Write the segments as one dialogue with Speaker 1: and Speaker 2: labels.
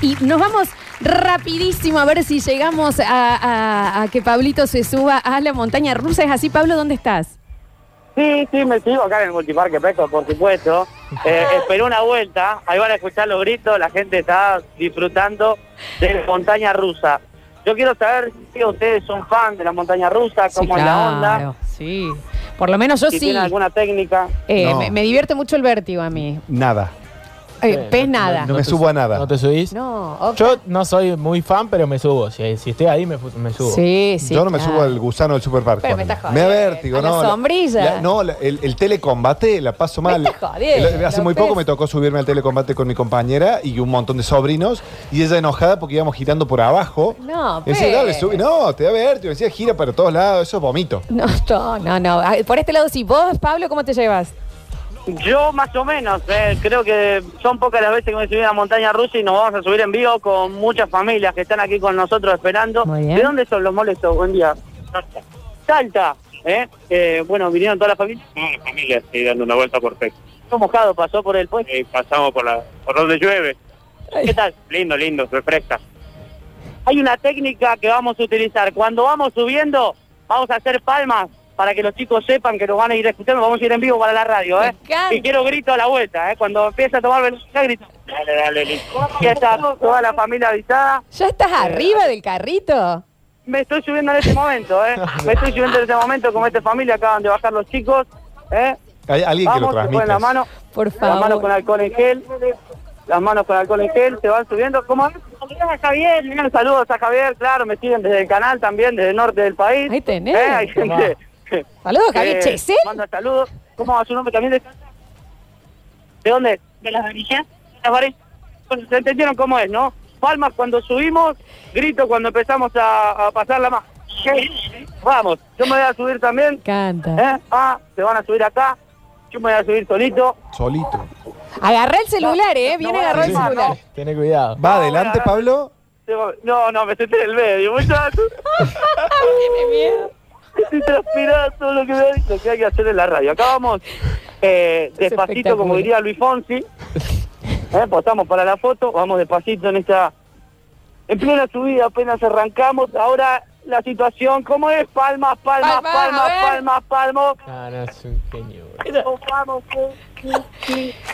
Speaker 1: Y nos vamos rapidísimo a ver si llegamos a, a- a que Pablito se suba a la montaña rusa. ¿Es así, Pablo? ¿Dónde estás?
Speaker 2: Sí, sí, me sigo acá en el multiparque Peco, por supuesto. Eh, esperó una vuelta, ahí van a escuchar los gritos, la gente está disfrutando de la montaña rusa. Yo quiero saber si ustedes son fan de la montaña rusa, cómo es la onda,
Speaker 1: Sí. Por lo menos yo
Speaker 2: si
Speaker 1: sí.
Speaker 2: tienen alguna técnica.
Speaker 1: Eh,
Speaker 3: No.
Speaker 1: me, me divierte mucho el vértigo a mí.
Speaker 3: Nada.
Speaker 1: Eh, pes nada.
Speaker 3: No
Speaker 1: No,
Speaker 3: me
Speaker 4: te-
Speaker 3: subo a nada.
Speaker 4: ¿No te subís?
Speaker 1: ok.
Speaker 4: Yo no soy muy fan, pero me subo. Si, si estoy ahí, me, fu- me subo.
Speaker 1: Sí, sí.
Speaker 3: Yo no me
Speaker 1: claro.
Speaker 3: subo al gusano del superparque.
Speaker 1: Pero me
Speaker 3: ponele.
Speaker 1: estás
Speaker 3: Me da
Speaker 1: jodiendo.
Speaker 3: vértigo,
Speaker 1: A la
Speaker 3: no.
Speaker 1: sombrilla.
Speaker 3: la- no, la- el, el telecombate la paso mal.
Speaker 1: estás jodiendo,
Speaker 3: El- hace muy
Speaker 1: López.
Speaker 3: poco me tocó subirme al telecombate con mi compañera y un montón de sobrinos. Y ella enojada porque íbamos girando por abajo.
Speaker 1: No, pues.
Speaker 3: Y decía,
Speaker 1: pero-
Speaker 3: dale, sube. No, te da vértigo. Decía, gira para todos lados. Eso es vomito.
Speaker 1: No, no, no, no. Ah, Por este lado sí. ¿Vos, Pablo, cómo te llevas?
Speaker 2: Yo más o menos, eh, creo que son pocas las veces que me subí a la montaña rusa y nos vamos a subir en vivo con muchas familias que están aquí con nosotros esperando.
Speaker 1: Muy bien.
Speaker 2: ¿De dónde son los molestos? Buen día. Salta. Salta. ¿eh? Eh, bueno, vinieron todas las familias.
Speaker 5: Toda la familia sí, dando una vuelta por Peco.
Speaker 2: Un mojado pasó por el puente.
Speaker 5: Eh, pasamos por la por donde llueve.
Speaker 2: ¿Qué tal?
Speaker 5: Lindo, lindo, refresca.
Speaker 2: Hay una técnica que vamos a utilizar. Cuando vamos subiendo, vamos a hacer palmas para que los chicos sepan que nos van a ir escuchando. Vamos a ir en vivo para la radio,
Speaker 1: Me
Speaker 2: ¿eh?
Speaker 1: encanta.
Speaker 2: Y quiero grito a la vuelta, ¿eh? Cuando empieza a tomar velocidad, grito.
Speaker 5: Dale, dale, listo.
Speaker 2: Ya está toda la familia avisada.
Speaker 1: ¿Ya estás arriba del carrito?
Speaker 2: Me estoy subiendo en este momento, ¿eh? Me estoy subiendo en este momento como esta familia. Acaban de bajar los chicos, ¿eh?
Speaker 3: Hay alguien que lo
Speaker 2: Vamos, se
Speaker 3: transmite.
Speaker 2: ponen la mano.
Speaker 1: Por
Speaker 2: Las manos con
Speaker 1: favor.
Speaker 2: alcohol en gel. Las manos con alcohol en gel, se van subiendo. ¿Cómo es? Saludos a Javier. Bien, saludos a Javier, claro, me siguen desde el canal también, desde el norte del país.
Speaker 1: Ahí tenés.
Speaker 2: Eh, hay gente.
Speaker 1: Saludos, Javier
Speaker 2: eh,
Speaker 1: Chesel.
Speaker 2: Manda saludos. ¿Cómo va su nombre también? ¿De, ¿De dónde? De las varillas. Las varillas. Bueno, ¿Se entendieron cómo es, no? Palmas cuando subimos, grito cuando empezamos a, a pasar la más. Vamos, yo me voy a subir también.
Speaker 1: Canta.
Speaker 2: ¿eh? Ah, se van a subir acá. Yo me voy a subir solito.
Speaker 3: Solito.
Speaker 1: Agarrá el celular, ¿eh? Bien
Speaker 2: No,
Speaker 1: agarró el
Speaker 3: no, no.
Speaker 1: celular.
Speaker 4: Tiene cuidado.
Speaker 3: ¿Va
Speaker 2: No,
Speaker 3: adelante,
Speaker 2: bueno,
Speaker 3: Pablo?
Speaker 2: No, no, me senté en el medio, muchachos.
Speaker 1: Qué miedo.
Speaker 2: Estoy transpirando todo lo que, me ha- lo que hay que hacer en la radio. Acá vamos eh, despacito,
Speaker 1: espectacular.
Speaker 2: como diría Luis Fonsi. Eh, pasamos para la foto, vamos despacito en esta... En plena subida apenas arrancamos. Ahora la situación, ¿cómo es? Palmas, palmas,
Speaker 1: Palmas,
Speaker 2: palmas,
Speaker 1: a ver.
Speaker 2: palmas, palmas.
Speaker 4: No, no, es un genio. boludo.
Speaker 2: Vamos,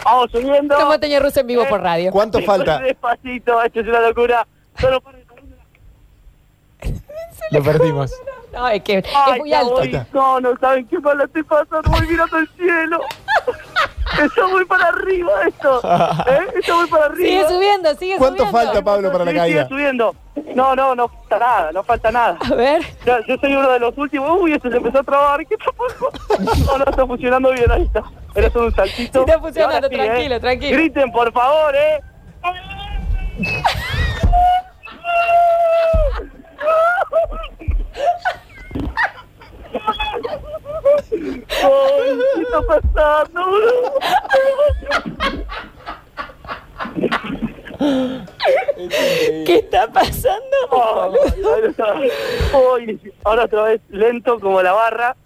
Speaker 2: vamos subiendo.
Speaker 1: La montaña rusa en vivo por radio.
Speaker 3: ¿Cuánto falta?
Speaker 2: Despacito, esto es una locura. Solo para
Speaker 4: Lo perdimos.
Speaker 1: No, es que es
Speaker 2: Ay,
Speaker 1: muy alto.
Speaker 2: Taborí, No, no saben qué mal la estoy pasando. Voy mirando el cielo. Está muy para arriba esto. ¿Eh? Está muy para arriba.
Speaker 1: Sigue subiendo, sigue
Speaker 3: ¿Cuánto
Speaker 1: subiendo.
Speaker 3: falta, Pablo, para la
Speaker 2: Sí, sigue
Speaker 3: caída?
Speaker 2: subiendo. No, no, no falta nada. No falta nada.
Speaker 1: A ver.
Speaker 2: Ya, Yo, soy uno de los últimos. Uy, esto se empezó a trabar. ¿Qué tampoco? No, no está funcionando bien. Ahí está. Era solo un saltito.
Speaker 1: Sí, está funcionando,
Speaker 2: Y ahora ¿eh?
Speaker 1: tranquilo, tranquilo.
Speaker 2: Griten, por favor, ¿eh? Ay, ¿Qué está pasando, boludo?
Speaker 1: ¿Qué está pasando?
Speaker 2: Ay, Oh, ay, ahora otra vez lento como la barra.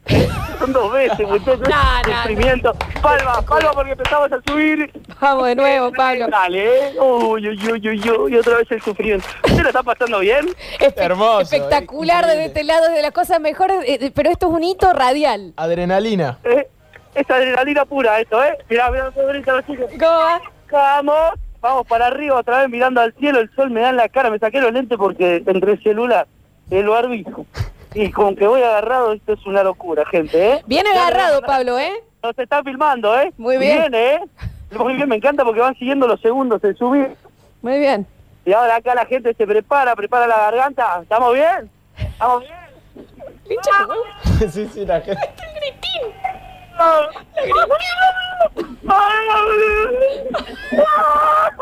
Speaker 2: Son dos veces, muchachos.
Speaker 1: No, no, no.
Speaker 2: Sufrimiento. Palma, palma porque empezamos a subir.
Speaker 1: Vamos de nuevo, Pablo.
Speaker 2: Dale, ¿eh? Uy, uy, uy, uy, uy, y otra vez el sufrimiento. ¿Usted la está pasando bien?
Speaker 1: Espe-
Speaker 4: Hermoso,
Speaker 1: Espectacular desde
Speaker 4: increíble.
Speaker 1: este lado, es de las cosas mejores, eh, eh, pero esto es un hito radial.
Speaker 4: Adrenalina.
Speaker 2: ¿Eh? Es adrenalina pura esto, ¿eh? Mirá, mirá, mirá, mirá, los chicos.
Speaker 1: ¿Cómo va?
Speaker 2: Vamos, vamos para arriba otra vez mirando al cielo, el sol me da en la cara, me saqué los lentes porque entre el celular, el barbijo y con que voy agarrado, esto es una locura, gente, ¿eh?
Speaker 1: Bien agarrado, Pablo, ¿eh?
Speaker 2: Nos está filmando, ¿eh?
Speaker 1: Muy bien.
Speaker 2: ¿eh? Muy bien, me encanta porque van siguiendo los segundos de subir.
Speaker 1: Muy bien.
Speaker 2: Y ahora acá la gente se prepara, prepara la garganta. ¿Estamos bien? ¿Estamos bien?
Speaker 1: Pincha el huevo.
Speaker 4: sí, sí, la gente.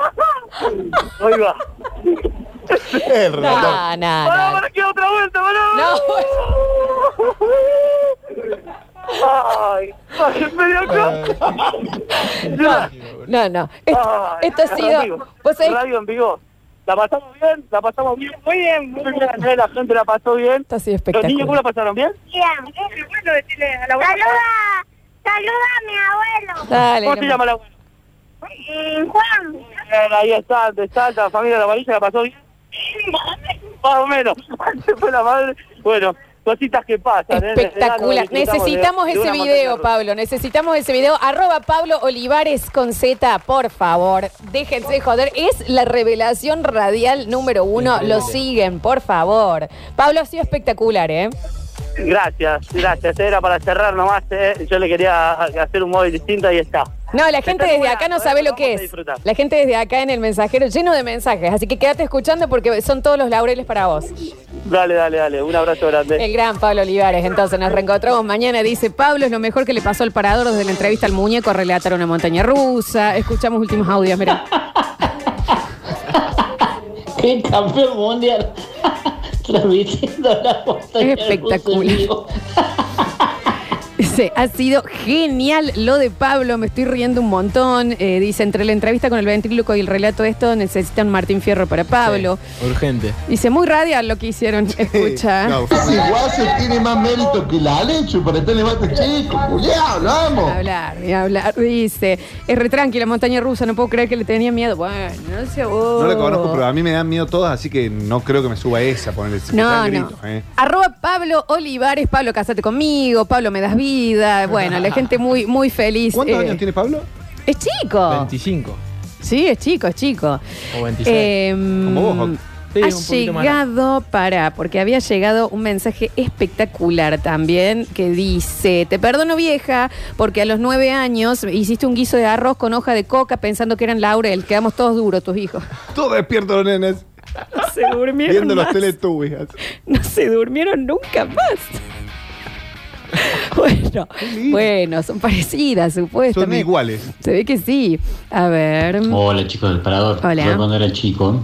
Speaker 2: Ahí va.
Speaker 3: El reloj.
Speaker 1: No, no,
Speaker 2: Pará,
Speaker 1: no.
Speaker 2: pará, que otra vuelta, pará.
Speaker 1: No.
Speaker 2: Ay, ay, medio acá. Ya.
Speaker 1: No, no. Esto,
Speaker 2: Ay,
Speaker 1: esto ha
Speaker 2: radio en
Speaker 1: sido. pues, eh,
Speaker 2: vivo.
Speaker 1: ¿Vos sabés?
Speaker 2: Radio en vivo. ¿La pasamos bien? ¿La pasamos bien? Muy bien, muy bien. La gente la pasó bien.
Speaker 1: Esto ha sido
Speaker 2: ¿Los niños cómo
Speaker 1: espectacular.
Speaker 2: la pasaron bien?
Speaker 6: Saluda, saluda a mi abuelo.
Speaker 1: Dale,
Speaker 2: ¿Cómo se
Speaker 1: Loma.
Speaker 2: llama el abuelo?
Speaker 6: Juan.
Speaker 2: Bien, ahí está, de Salta, familia de la varilla, la pasó bien. Más o menos. Se fue la madre. Bueno, cositas que pasan. ¿eh?
Speaker 1: Espectacular.
Speaker 2: Desde verano
Speaker 1: Necesitamos
Speaker 2: disfrutamos de- de
Speaker 1: ese
Speaker 2: una
Speaker 1: video,
Speaker 2: montaña rusa.
Speaker 1: Pablo. Necesitamos ese video. Arroba Pablo Olivares con Z, por favor. Déjense de joder. Es la revelación radial número uno. Lo siguen, por favor. Pablo ha sido espectacular, ¿eh?
Speaker 2: Gracias, gracias. Era para cerrar nomás. ¿eh? Yo le quería hacer un móvil distinto y está.
Speaker 1: No, la gente desde
Speaker 2: Espectacular.
Speaker 1: acá no
Speaker 2: Bueno,
Speaker 1: sabe lo
Speaker 2: vamos
Speaker 1: que
Speaker 2: a
Speaker 1: es.
Speaker 2: disfrutar.
Speaker 1: La gente desde acá en el mensajero lleno de mensajes. Así que quédate escuchando porque son todos los laureles para vos.
Speaker 2: Dale, dale, dale. Un abrazo grande.
Speaker 1: El gran Pablo Olivares. Entonces nos reencontramos mañana. Dice Pablo, es lo mejor que le pasó al parador desde la entrevista al muñeco a relatar una montaña rusa. Escuchamos últimos audios, mira.
Speaker 7: ¡Qué campeón mundial! Transmitiendo la montaña
Speaker 1: Es espectacular.
Speaker 7: rusa en vivo.
Speaker 1: Dice, ha sido genial lo de Pablo, me estoy riendo un montón. Eh, dice, entre la entrevista con el ventríloco y el relato de esto, necesitan Martín Fierro para Pablo.
Speaker 4: Sí, urgente.
Speaker 1: Dice, muy radial lo que hicieron. Escucha.
Speaker 3: No,
Speaker 8: Ese guaso tiene más mérito que la leche para estar levanta chico, Julián,
Speaker 1: Ni
Speaker 8: vamos.
Speaker 1: hablar, ni hablar. Dice, es re tranqui la montaña rusa, no puedo creer que le tenía miedo. Bueno, no sé vos.
Speaker 3: No la conozco, pero a mí me dan miedo todas, así que no creo que me suba esa, ponerle
Speaker 1: No, no.
Speaker 3: ¿eh?
Speaker 1: Arroba Pablo Olivares, Pablo, casate conmigo, Pablo, me das vida. Bueno, la gente muy, muy feliz.
Speaker 3: ¿Cuántos
Speaker 1: Eh,
Speaker 3: años tiene Pablo?
Speaker 1: Es
Speaker 4: Oh.
Speaker 1: chico.
Speaker 4: 25.
Speaker 1: Sí, es chico, es chico.
Speaker 4: O 26.
Speaker 1: Em,
Speaker 3: Como vos, Joc.
Speaker 4: Sí,
Speaker 1: ha
Speaker 4: un poquito más
Speaker 1: llegado para, porque había llegado un mensaje espectacular también que dice, te perdono vieja, porque a los nueve años hiciste un guiso de arroz con hoja de coca pensando que eran laurel, quedamos todos duros tus hijos.
Speaker 3: Todos despiertos los nenes,
Speaker 1: Se durmieron
Speaker 3: viendo los
Speaker 1: más.
Speaker 3: teletubbies. así.
Speaker 1: No se durmieron nunca más. bueno, bueno, son parecidas,
Speaker 3: Son
Speaker 1: supuestamente.
Speaker 3: iguales.
Speaker 1: Se ve que sí. A ver.
Speaker 7: Hola chicos del Parador.
Speaker 1: Hola.
Speaker 7: Yo cuando era chico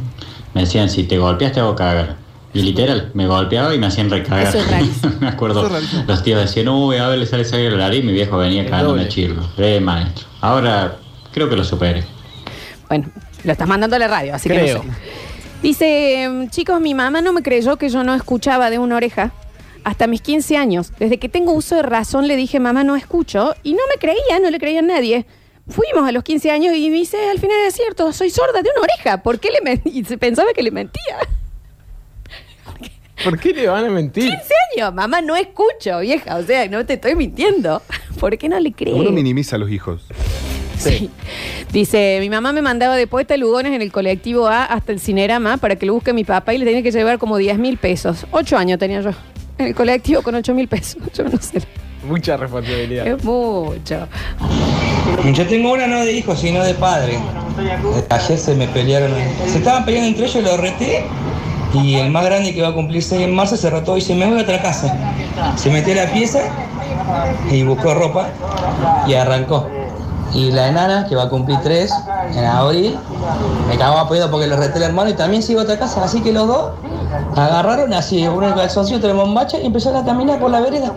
Speaker 7: me decían si te golpeas te hago cagar. Y literal, me golpeaba y me hacían recagar.
Speaker 1: Eso es rarísimo.
Speaker 7: me
Speaker 3: Eso
Speaker 7: acuerdo,
Speaker 3: es rarísimo.
Speaker 7: los tíos decían, uy, a ver, le sale sangre la nariz y mi viejo venía
Speaker 4: El
Speaker 7: cagándome a
Speaker 4: doble.
Speaker 7: chirlo. Re maestro. Ahora creo que lo superé.
Speaker 1: Bueno, lo estás mandando a la radio, así que
Speaker 4: Creo.
Speaker 1: no sé. Dice, em, chicos, mi mamá no me creyó que yo no escuchaba de una oreja hasta mis 15 años. Desde que tengo uso de razón le dije, mamá, no escucho. Y no me creía, no le creía a nadie. Fuimos a los 15 años y dice, al final es cierto, soy sorda de una oreja. ¿Por qué le mentí? Y se pensaba que le mentía.
Speaker 4: ¿Por qué le van a mentir?
Speaker 1: 15 años, mamá, no escucho, vieja. O sea, no te estoy mintiendo. ¿Por qué no le crees?
Speaker 3: Uno minimiza a los hijos.
Speaker 1: Sí. Dice, mi mamá me mandaba de Poeta Lugones en el colectivo A hasta el Cinerama para que lo busque mi papá y le tenía que llevar como 10 mil pesos. Ocho años tenía yo. En el colectivo con 8 mil pesos. Yo no sé.
Speaker 4: Mucha responsabilidad.
Speaker 1: Es mucho.
Speaker 9: Yo tengo una no de hijo, sino de padre. Ayer se me pelearon. Se estaban peleando entre ellos, lo reté. Y el más grande que va a cumplir 6 en marzo se retó y dice, me voy a otra casa. Se metió a la pieza y buscó ropa y arrancó. Y la enana, que va a cumplir 3 en abril, me cagaba a pedo porque lo reté el hermano y también se iba a otra casa. Así que los dos agarraron así, uno el calzoncillo, otro el bombacha y empezaron a caminar por la vereda.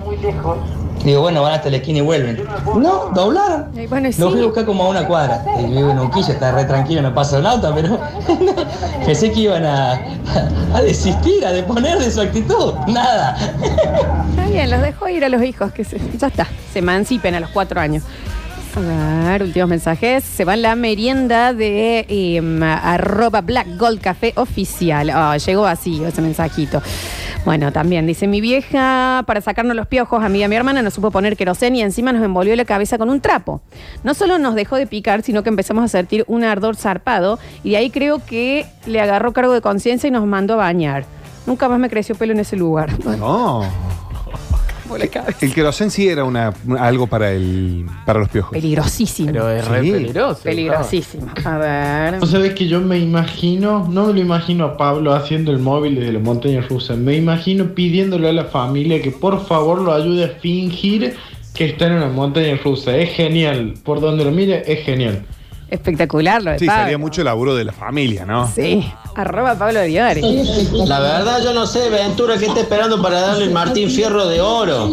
Speaker 9: Digo, bueno, van hasta la esquina y vuelven. No, doblaron.
Speaker 1: Y bueno,
Speaker 9: Lo fui a
Speaker 1: sí.
Speaker 9: buscar como a una cuadra. Eh, vivo en Unquillo, está re tranquilo, me pasa un auto, pero pensé que iban a, a desistir, a deponer de su actitud. Nada.
Speaker 1: Está bien, los dejo ir a los hijos, que se- ya está. Se emancipen a los cuatro años. A ver, últimos mensajes. Se va la merienda de em, arroba Black Gold Café oficial. Oh, llegó así ese mensajito. Bueno, también dice mi vieja, para sacarnos los piojos, amiga mi hermana, nos supo poner queroseno y encima nos envolvió la cabeza con un trapo. No solo nos dejó de picar, sino que empezamos a sentir un ardor zarpado y de ahí creo que le agarró cargo de conciencia y nos mandó a bañar. Nunca más me creció pelo en ese lugar.
Speaker 3: No. El querosén sí era una, algo para, el, para los piojos.
Speaker 1: Peligrosísimo.
Speaker 4: Pero es re
Speaker 3: Sí.
Speaker 4: peligroso.
Speaker 1: Peligrosísimo. A ver.
Speaker 10: O sea, es que yo me imagino, no me lo imagino a Pablo haciendo el móvil desde la montaña rusa, me imagino pidiéndole a la familia que por favor lo ayude a fingir que está en una montaña rusa. Es genial, por donde lo mire es genial.
Speaker 1: Espectacular lo de
Speaker 3: Sí,
Speaker 1: Pablo.
Speaker 3: salía mucho el laburo de la familia, ¿no?
Speaker 1: Sí. Arroba Pablo Olivares.
Speaker 8: La verdad yo no sé, Ventura, qué está esperando para darle el Martín Fierro de Oro.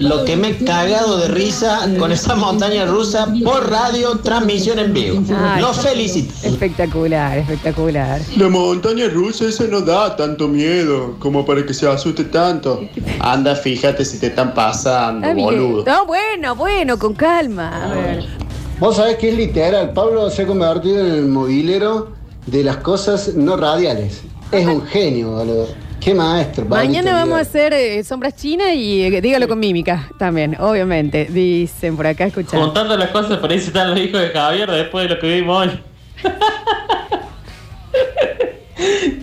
Speaker 8: Lo que me he cagado de risa con esa montaña rusa por radio, transmisión en vivo.
Speaker 1: Ay.
Speaker 8: Los felicito.
Speaker 1: Espectacular, espectacular.
Speaker 10: La montaña rusa esa no da tanto miedo como para que se asuste tanto.
Speaker 8: Anda, fíjate si te están pasando,
Speaker 1: Está bien.
Speaker 8: boludo.
Speaker 1: No, bueno, bueno, con calma. A ver.
Speaker 6: Vos sabés que es literal, Pablo se ha convertido en el movilero de las cosas no radiales. Es un genio, boludo. Qué maestro, Pablito
Speaker 1: Mañana vamos a
Speaker 6: Vidal.
Speaker 1: hacer eh, sombras chinas y eh, dígalo con mímica también, obviamente. Dicen por acá, escuchar.
Speaker 11: Juntando las cosas, por ahí están los hijos de Javier después de lo que vimos hoy.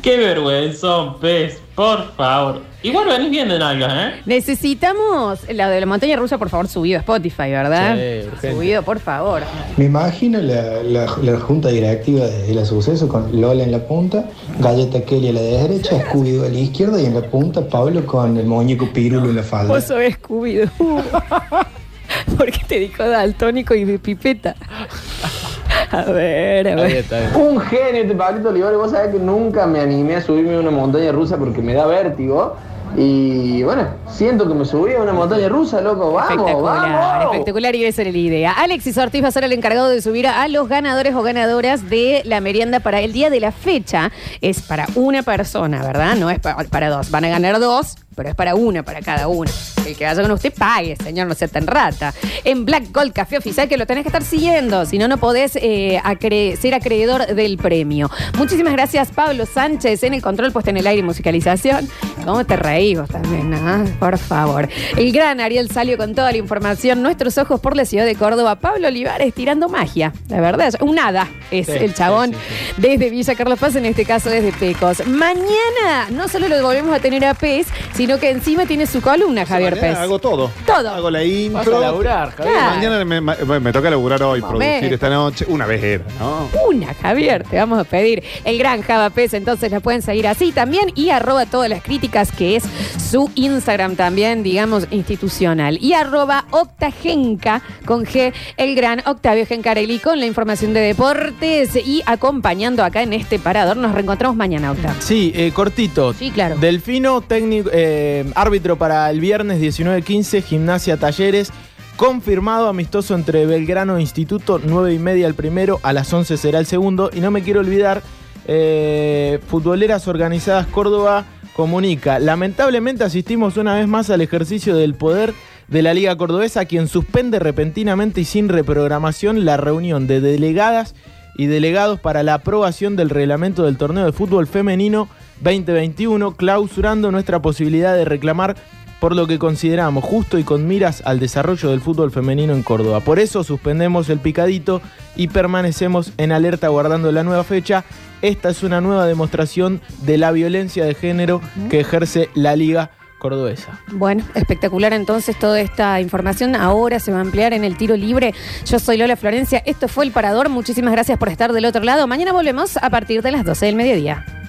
Speaker 11: Qué vergüenzón, pez, por favor. Igual venís bien en algo, ¿eh?
Speaker 1: Necesitamos la de la montaña rusa, por favor, subido a Spotify, ¿verdad?
Speaker 11: Sí, urgente.
Speaker 1: subido, por favor.
Speaker 12: Me imagino la, la- la junta directiva de, de la suceso con Lola en la punta, Galleta Kelly a la derecha, Scooby a la izquierda y en la punta Pablo con el muñeco Pirulo en la falda.
Speaker 1: Vos sos Scooby-Doo. Porque te dijo daltónico y de pipeta. A ver, a ver.
Speaker 13: Un genio este Pablito Olivares, vos sabés que nunca me animé a subirme a una montaña rusa porque me da vértigo. Y bueno, siento que me subí a una montaña rusa, loco. Vamos,
Speaker 1: espectacular,
Speaker 13: vamos.
Speaker 1: espectacular y esa era la idea. Alexis Ortiz va a ser el encargado de subir a los ganadores o ganadoras de la merienda para el día de la fecha. Es para una persona, ¿verdad? No es pa- para dos. Van a ganar dos, pero es para una, para cada una. El que vaya con usted pague, señor, no sea tan rata. En Black Gold Café Oficial que lo tenés que estar siguiendo, si no, no podés eh, acre- ser acreedor del premio. Muchísimas gracias, Pablo Sánchez, en el control puesto en el aire y musicalización. ¿Cómo te reís vos también? ah? Por favor. El gran Ariel Salio con toda la información. Nuestros ojos por la ciudad de Córdoba. Pablo Olivares tirando magia. La verdad, es un hada es
Speaker 14: Sí,
Speaker 1: el chabón. Desde Villa Carlos Paz, en este caso desde Pecos. Mañana no solo lo volvemos a tener a Pez, sino que encima tiene su columna, Javier Pez.
Speaker 3: Mañana Hago todo.
Speaker 1: Todo.
Speaker 3: Hago la intro.
Speaker 1: Vas a laburar, Ah. Javier. Claro.
Speaker 3: Mañana me, me- me toca laburar hoy,
Speaker 1: Momento.
Speaker 3: producir esta noche. Una vez era, ¿no?
Speaker 1: Una, Javier, te vamos a pedir. El gran Java Pez, entonces la pueden seguir así también. Y arroba todas las críticas, que es su Instagram también, digamos, institucional. Y arroba octagenca con G, el gran Octavio Gencarelli con la información de deportes y acompañando acá en este parador. Nos reencontramos mañana, Octavio.
Speaker 4: Sí, eh, cortito.
Speaker 1: Sí, claro.
Speaker 4: Delfino, técnico, eh, árbitro para el viernes 19-15, gimnasia Talleres. Confirmado amistoso entre Belgrano e Instituto, 9 y media el primero, a las 11 será el segundo. Y no me quiero olvidar, eh, futboleras organizadas Córdoba comunica. Lamentablemente asistimos una vez más al ejercicio del poder de la Liga Cordobesa, quien suspende repentinamente y sin reprogramación la reunión de delegadas y delegados para la aprobación del reglamento del torneo de fútbol femenino 2021, clausurando nuestra posibilidad de reclamar por lo que consideramos justo y con miras al desarrollo del fútbol femenino en Córdoba. Por eso suspendemos el picadito y permanecemos en alerta guardando la nueva fecha. Esta es una nueva demostración de la violencia de género que ejerce la Liga Cordobesa.
Speaker 1: Bueno, espectacular entonces toda esta información. Ahora se va a ampliar en el tiro libre. Yo soy Lola Florencia. Esto fue El Parador. Muchísimas gracias por estar del otro lado. Mañana volvemos a partir de las 12 del mediodía.